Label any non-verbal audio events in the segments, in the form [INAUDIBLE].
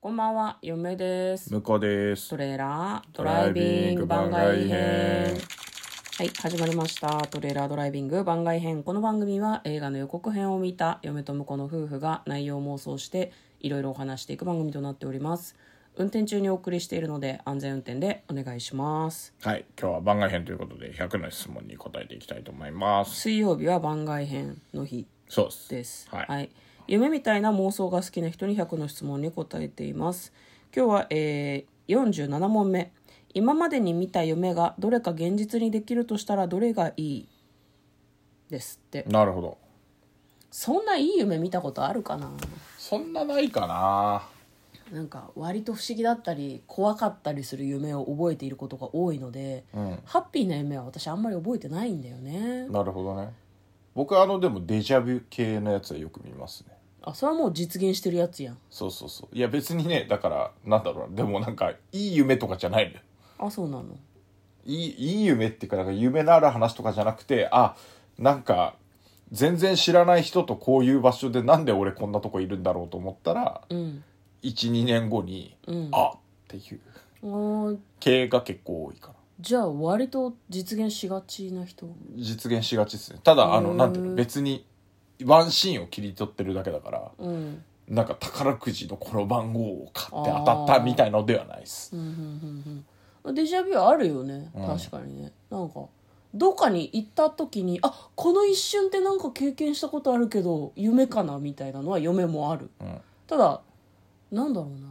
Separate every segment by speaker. Speaker 1: こんばんは、嫁です。
Speaker 2: 向こうです
Speaker 1: トレーラードライビング番外編。はい、始まりました。トレーラードライビング番外編。この番組は映画の予告編を見た嫁と婿の夫婦が内容を妄想していろいろお話していく番組となっております。運転中にお送りしているので安全運転でお願いします。
Speaker 2: はい今日は番外編ということで100の質問に答えていきたいと思います
Speaker 1: 水曜日は番外編の日
Speaker 2: そうです
Speaker 1: です。
Speaker 2: はい、
Speaker 1: 夢みたいな妄想が好きな人に100の質問に答えています。今日は、えー、47問目。今までに見た夢がどれか現実にできるとしたらどれがいいですって。
Speaker 2: なるほど
Speaker 1: そんないい夢見たことあるかな
Speaker 2: そんなないかな
Speaker 1: なんか割と不思議だったり怖かったりする夢を覚えていることが多いので、
Speaker 2: うん
Speaker 1: ハッピーな夢は私あんまり覚えてないんだよね。
Speaker 2: なるほどね僕あのでもデジャブ系のやつはよく見ますね
Speaker 1: あ、それはもう実現してるやつやん。
Speaker 2: そうそうそういや別にねだからなんだろうなでもなんかいい夢とかじゃないのよ
Speaker 1: あ、そうなの。
Speaker 2: いいいい夢っていうかなんか夢のある話とかじゃなくてあなんか全然知らない人とこういう場所でなんで俺こんなとこいるんだろうと思ったら
Speaker 1: うん。
Speaker 2: 12年後に、
Speaker 1: うん。
Speaker 2: あっていう
Speaker 1: あー
Speaker 2: 系が結構多いから
Speaker 1: じゃあ割と実現しがちな人
Speaker 2: 実現しがちですねただあ
Speaker 1: う
Speaker 2: の
Speaker 1: ん
Speaker 2: なんていうの別にワンシーンを切り取ってるだけだから
Speaker 1: うん
Speaker 2: なんか宝くじのこの番号を買って当たったみたいのではないです
Speaker 1: うんうんうんうんデジャビュはあるよね
Speaker 2: うん
Speaker 1: 確かにね、なんかどっかに行った時にあこの一瞬ってなんか経験したことあるけど夢かなみたいなのは夢もある
Speaker 2: うん
Speaker 1: ただなんだろうな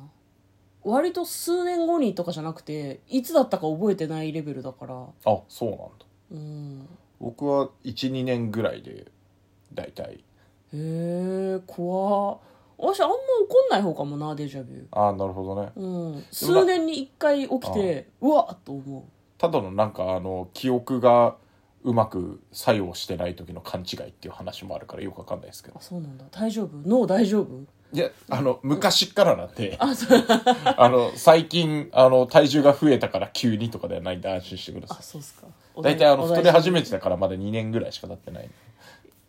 Speaker 1: 割と数年後にとかじゃなくていつだったか覚えてないレベルだから
Speaker 2: あそうなんだ
Speaker 1: うん
Speaker 2: 僕は12年ぐらいで大体
Speaker 1: へえ怖っ私あんま怒んない方かもなデジャビュ
Speaker 2: ああなるほどね
Speaker 1: うん、数年に一回起きてうわっと思う
Speaker 2: ただのなんかあの記憶がうまく作用してない時の勘違いっていう話もあるからよくわかんないですけど
Speaker 1: あそうなんだ大丈夫脳大丈夫
Speaker 2: いやあの昔っからなん [LAUGHS] で
Speaker 1: あそう
Speaker 2: あの最近あの体重が増えたから急にとかではないんで安心してくださ
Speaker 1: あ
Speaker 2: い
Speaker 1: そうっすか
Speaker 2: 大体あの太り始め
Speaker 1: て
Speaker 2: てたからまだ2年ぐらいしか経ってない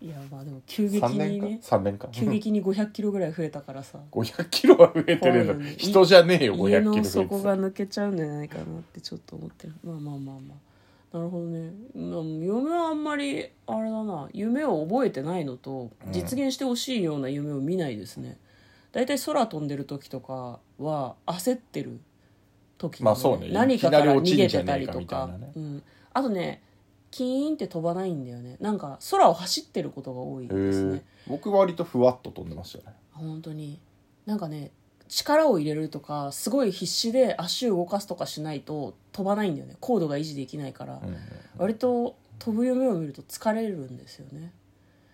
Speaker 1: いやまあでも急激
Speaker 2: 3
Speaker 1: に
Speaker 2: 年か
Speaker 1: ね
Speaker 2: 3年か [LAUGHS]
Speaker 1: 急激に5 0 0キロぐらい増えたからさ
Speaker 2: 500キロは増えて
Speaker 1: 怖
Speaker 2: るの
Speaker 1: いよね
Speaker 2: 人じゃねえよ
Speaker 1: 家
Speaker 2: 500
Speaker 1: の
Speaker 2: キロ
Speaker 1: 底
Speaker 2: 増
Speaker 1: が
Speaker 2: えて
Speaker 1: 抜けちゃうんじゃないかなってちょっと思ってるまあまあまあまあなるほどねまあ嫁はあんまりあれだな夢を覚えてないのと
Speaker 2: うん
Speaker 1: 実現してほしいような夢を見ないですね大体空飛んでる時とかは焦ってる時
Speaker 2: まあそうね
Speaker 1: 何かか
Speaker 2: いきな
Speaker 1: ら
Speaker 2: り落
Speaker 1: 逃
Speaker 2: ち
Speaker 1: げ
Speaker 2: んじ
Speaker 1: て
Speaker 2: ゃ
Speaker 1: た
Speaker 2: ねえ
Speaker 1: り
Speaker 2: か
Speaker 1: と
Speaker 2: みたい
Speaker 1: か
Speaker 2: なね
Speaker 1: うん、あとねキーンって飛ばないんだよねなんか空を走ってることが多い
Speaker 2: た
Speaker 1: ですね
Speaker 2: へえ僕割とふわっと飛んでましたね
Speaker 1: 本当になんかね力を入れるとかすごい必死で足を動かすとかしないと飛ばないんだよね高度が維持できないから、
Speaker 2: うんうん
Speaker 1: 割と飛ぶ夢を見ると疲れるんですよね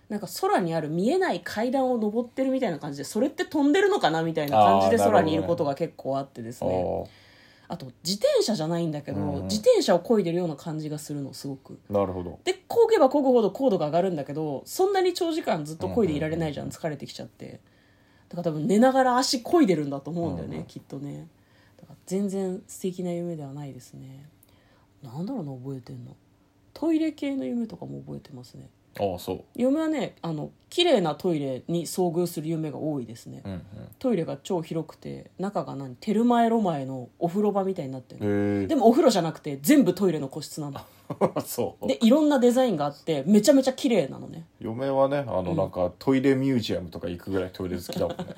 Speaker 1: なんか空にある見えない階段を登ってるみたいな感じでそれって飛んでるのかなみたいな感じで
Speaker 2: あーなるほどね
Speaker 1: 空にいることが結構あってです
Speaker 2: あ
Speaker 1: ね
Speaker 2: ー
Speaker 1: あと自転車じゃないんだけど、
Speaker 2: うん
Speaker 1: 自転車を漕いでるような感じがするのすごく
Speaker 2: なるほど
Speaker 1: で漕げば漕ぐほど高度が上がるんだけどそんなに長時間ずっと漕いでいられないじゃん,、
Speaker 2: うん
Speaker 1: 疲れてきちゃってだから多分寝ながら足漕いでるんだと思うんだよね、
Speaker 2: うんうん
Speaker 1: きっとねだから全然素敵な夢ではないですねなんだろうな覚えてんのトイレ系の夢とかも覚えてますね
Speaker 2: ああそう
Speaker 1: 嫁はねあの綺麗なトイレに遭遇する夢が多いですね
Speaker 2: うんうん
Speaker 1: トイレが超広くて中が何テルマエロマエのお風呂場みたいになってる
Speaker 2: へ
Speaker 1: でもお風呂じゃなくて全部トイレの個室なの
Speaker 2: え [LAUGHS] そう
Speaker 1: でいろんなデザインがあってめちゃめちゃ綺麗なのね
Speaker 2: 嫁はねあのなんかトイレミュージアムとか行くぐらいトイレ好きだもんね
Speaker 1: 好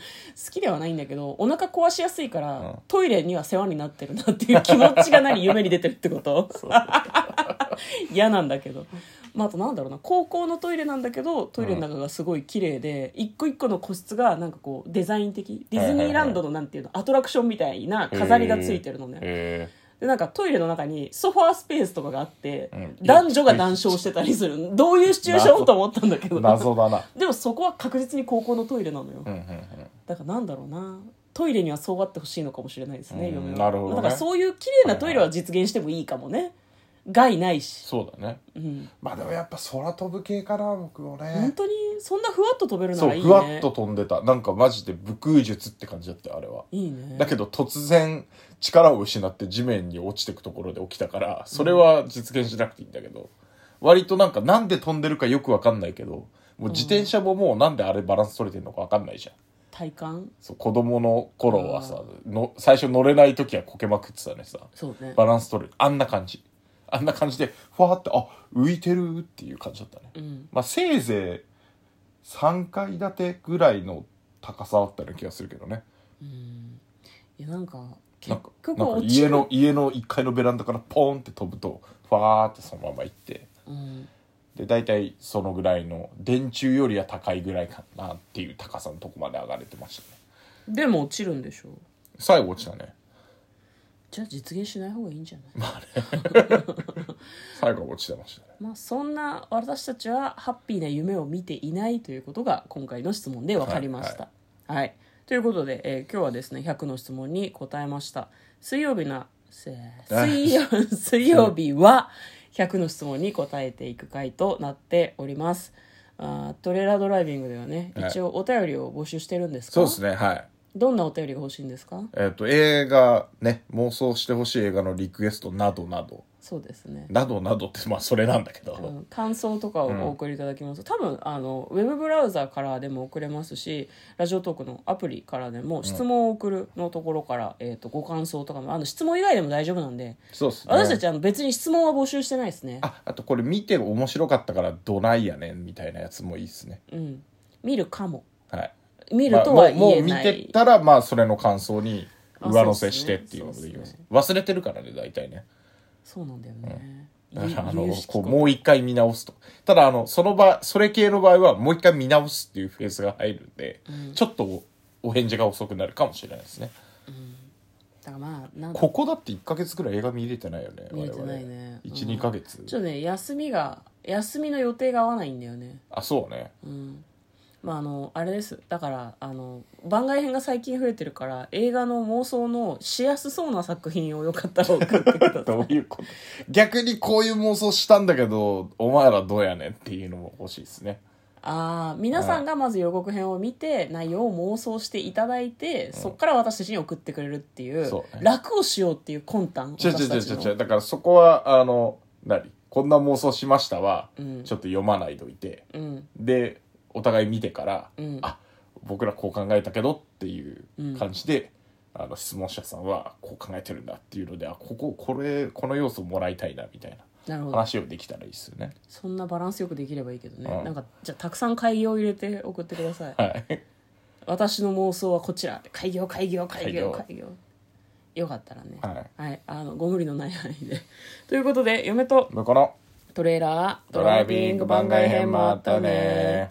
Speaker 1: きではないんだけどお腹壊しやすいから、
Speaker 2: うん
Speaker 1: トイレには世話になってるなっていう気持ちが何夢に出てるってこと
Speaker 2: [LAUGHS]
Speaker 1: [LAUGHS] 嫌なんだけど、まあ、あとなんだろうな高校のトイレなんだけどトイレの中がすごい綺麗で、一個一個の個室がなんかこうデザイン的ディズニーランドのなんていうのアトラクションみたいな [LAUGHS] 飾りがついてるのね、
Speaker 2: へ
Speaker 1: でなんかトイレの中にソファースペースとかがあって、
Speaker 2: うん
Speaker 1: 男女が談笑してたりするどういうシチュエーションと思ったんだけ
Speaker 2: え
Speaker 1: ど
Speaker 2: 謎だな
Speaker 1: でもそこは確実に高校のトイレなのよ、
Speaker 2: うんうんうん
Speaker 1: だからなんだろうなトイレにはそうあってほしいのかもしれないですね、
Speaker 2: うん
Speaker 1: 嫁は
Speaker 2: なるほどね
Speaker 1: だからそういう綺麗なトイレは実現してもいいかもね害ないし、
Speaker 2: そうだね
Speaker 1: うん、
Speaker 2: まあでもやっぱ空飛ぶ系かな僕も
Speaker 1: 本
Speaker 2: ね
Speaker 1: 当にそんなふわっと飛べるな
Speaker 2: そう
Speaker 1: らいいね
Speaker 2: ふわっと飛んでたなんかマジで武空術って感じだったよあれはい
Speaker 1: いね
Speaker 2: だけど突然力を失って地面に落ちてくところで起きたからそれは実現しなくていいんだけど割となんかなんで飛んでるかよくわかんないけどもう自転車ももうなんであれバランス取れてるのかわかんないじゃん
Speaker 1: 体感
Speaker 2: そう子供の頃はさの最初乗れない時はこけまくってたねさ
Speaker 1: そうね
Speaker 2: バランス取るあんな感じあんな感じでふわってあ浮いてるっていう感じだったね、
Speaker 1: うん
Speaker 2: まあせいぜい3階建てぐらいの高さだったような気がするけどね
Speaker 1: うんいやなんか
Speaker 2: なん
Speaker 1: 結
Speaker 2: か
Speaker 1: 局
Speaker 2: なんか
Speaker 1: 落ち
Speaker 2: 家
Speaker 1: る
Speaker 2: の家の1階のベランダからポーンって飛ぶとふわーってそのまま行って
Speaker 1: うん
Speaker 2: で大体そのぐらいの電柱よりは高いぐらいかなっていう高さのとこまで上がれてましたね
Speaker 1: でも落ちるんでしょ
Speaker 2: 最後落ちたね
Speaker 1: じゃあ実現しない方がいいんじゃない
Speaker 2: 最後落ちてましたね
Speaker 1: まあ、そんな私たちはハッピーな夢を見ていないということが今回の質問で分かりました。はい、ということで、えー今日はですね100の質問に答えました水曜日なせー水曜水曜日は100の質問に答えていく回となっております。あートレーラードライビングではね、
Speaker 2: はい
Speaker 1: 一応お便りを募集してるんですか
Speaker 2: そうですねはい
Speaker 1: どんなお便りが欲しいんですか
Speaker 2: えっ、と映画ね妄想してほしい映画のリクエストなどなど
Speaker 1: そうですね
Speaker 2: などなどってまあそれなんだけど、
Speaker 1: うん感想とかをお送りいただきます、多分あのウェブブラウザからでも送れますしラジオトークのアプリからでも質問を送るのところから、えー、とご感想とかもあの質問以外でも大丈夫なんで、
Speaker 2: そうですね
Speaker 1: 私たちあの別に質問は募集してないですね、
Speaker 2: ああとこれ見て面白かったからどないやねんみたいなやつもいいですね
Speaker 1: うん、見るかも
Speaker 2: はい
Speaker 1: 見るとは
Speaker 2: まあもう
Speaker 1: 言え
Speaker 2: も
Speaker 1: な
Speaker 2: う見
Speaker 1: い
Speaker 2: て、たらまあそれの感想に
Speaker 1: あ
Speaker 2: 上乗せしてっていうのも
Speaker 1: そうっす
Speaker 2: で
Speaker 1: ね
Speaker 2: きます
Speaker 1: そう
Speaker 2: 忘れてるからね大体ね
Speaker 1: そうなんだよね、
Speaker 2: だ [LAUGHS] からあ
Speaker 1: ゆ
Speaker 2: の
Speaker 1: 有識
Speaker 2: こう
Speaker 1: 子
Speaker 2: もう一回見直すとただあのその場それ系の場合はもう一回見直すっていうフェーズが入るんで、ちょっとおお返事が遅くなるかもしれないですね
Speaker 1: だからまあなん
Speaker 2: ここだって1か月ぐらい映画見れてないよね
Speaker 1: 見れてないねうん
Speaker 2: 12か月
Speaker 1: ちょっとね休みが休みの予定が合わないんだよね
Speaker 2: あそうね
Speaker 1: うんまああのあれですだからあの番外編が最近増えてるから映画の妄想のしやすそうな作品をよかったら送ってください
Speaker 2: [LAUGHS] どういうこと逆にこういう妄想したんだけどお前らどうやねんっていうのも欲しいですね
Speaker 1: ああ皆さんがまず予告編を見て内容を妄想していただいて、そっから私たちに送ってくれるっていう
Speaker 2: そうね
Speaker 1: 楽をしようっていう魂胆
Speaker 2: 違う
Speaker 1: 私
Speaker 2: 違う違
Speaker 1: た
Speaker 2: う
Speaker 1: ちの
Speaker 2: 違うだからそこはあの何こんな妄想しましたは、
Speaker 1: うん
Speaker 2: ちょっと読まないといて
Speaker 1: うん
Speaker 2: でお互い見てから、
Speaker 1: うん
Speaker 2: あ僕らこう考えたけどっていう感じで、あの質問者さんはこう考えてるんだっていうのであこここれこの要素もらいたいなみたいな
Speaker 1: なるほど
Speaker 2: 話をできたらいいですよね、
Speaker 1: そんなバランスよくできればいいけどね、
Speaker 2: うん
Speaker 1: なんかじゃあたくさん会議を入れて送ってください
Speaker 2: はい [LAUGHS]
Speaker 1: 私の妄想はこちら開業開業開業
Speaker 2: 開業
Speaker 1: 開業よかったらね、
Speaker 2: はい
Speaker 1: あのご無理のない範囲でということで嫁と
Speaker 2: 向こうの
Speaker 1: トレーラード
Speaker 2: ドライビング番外編もあったね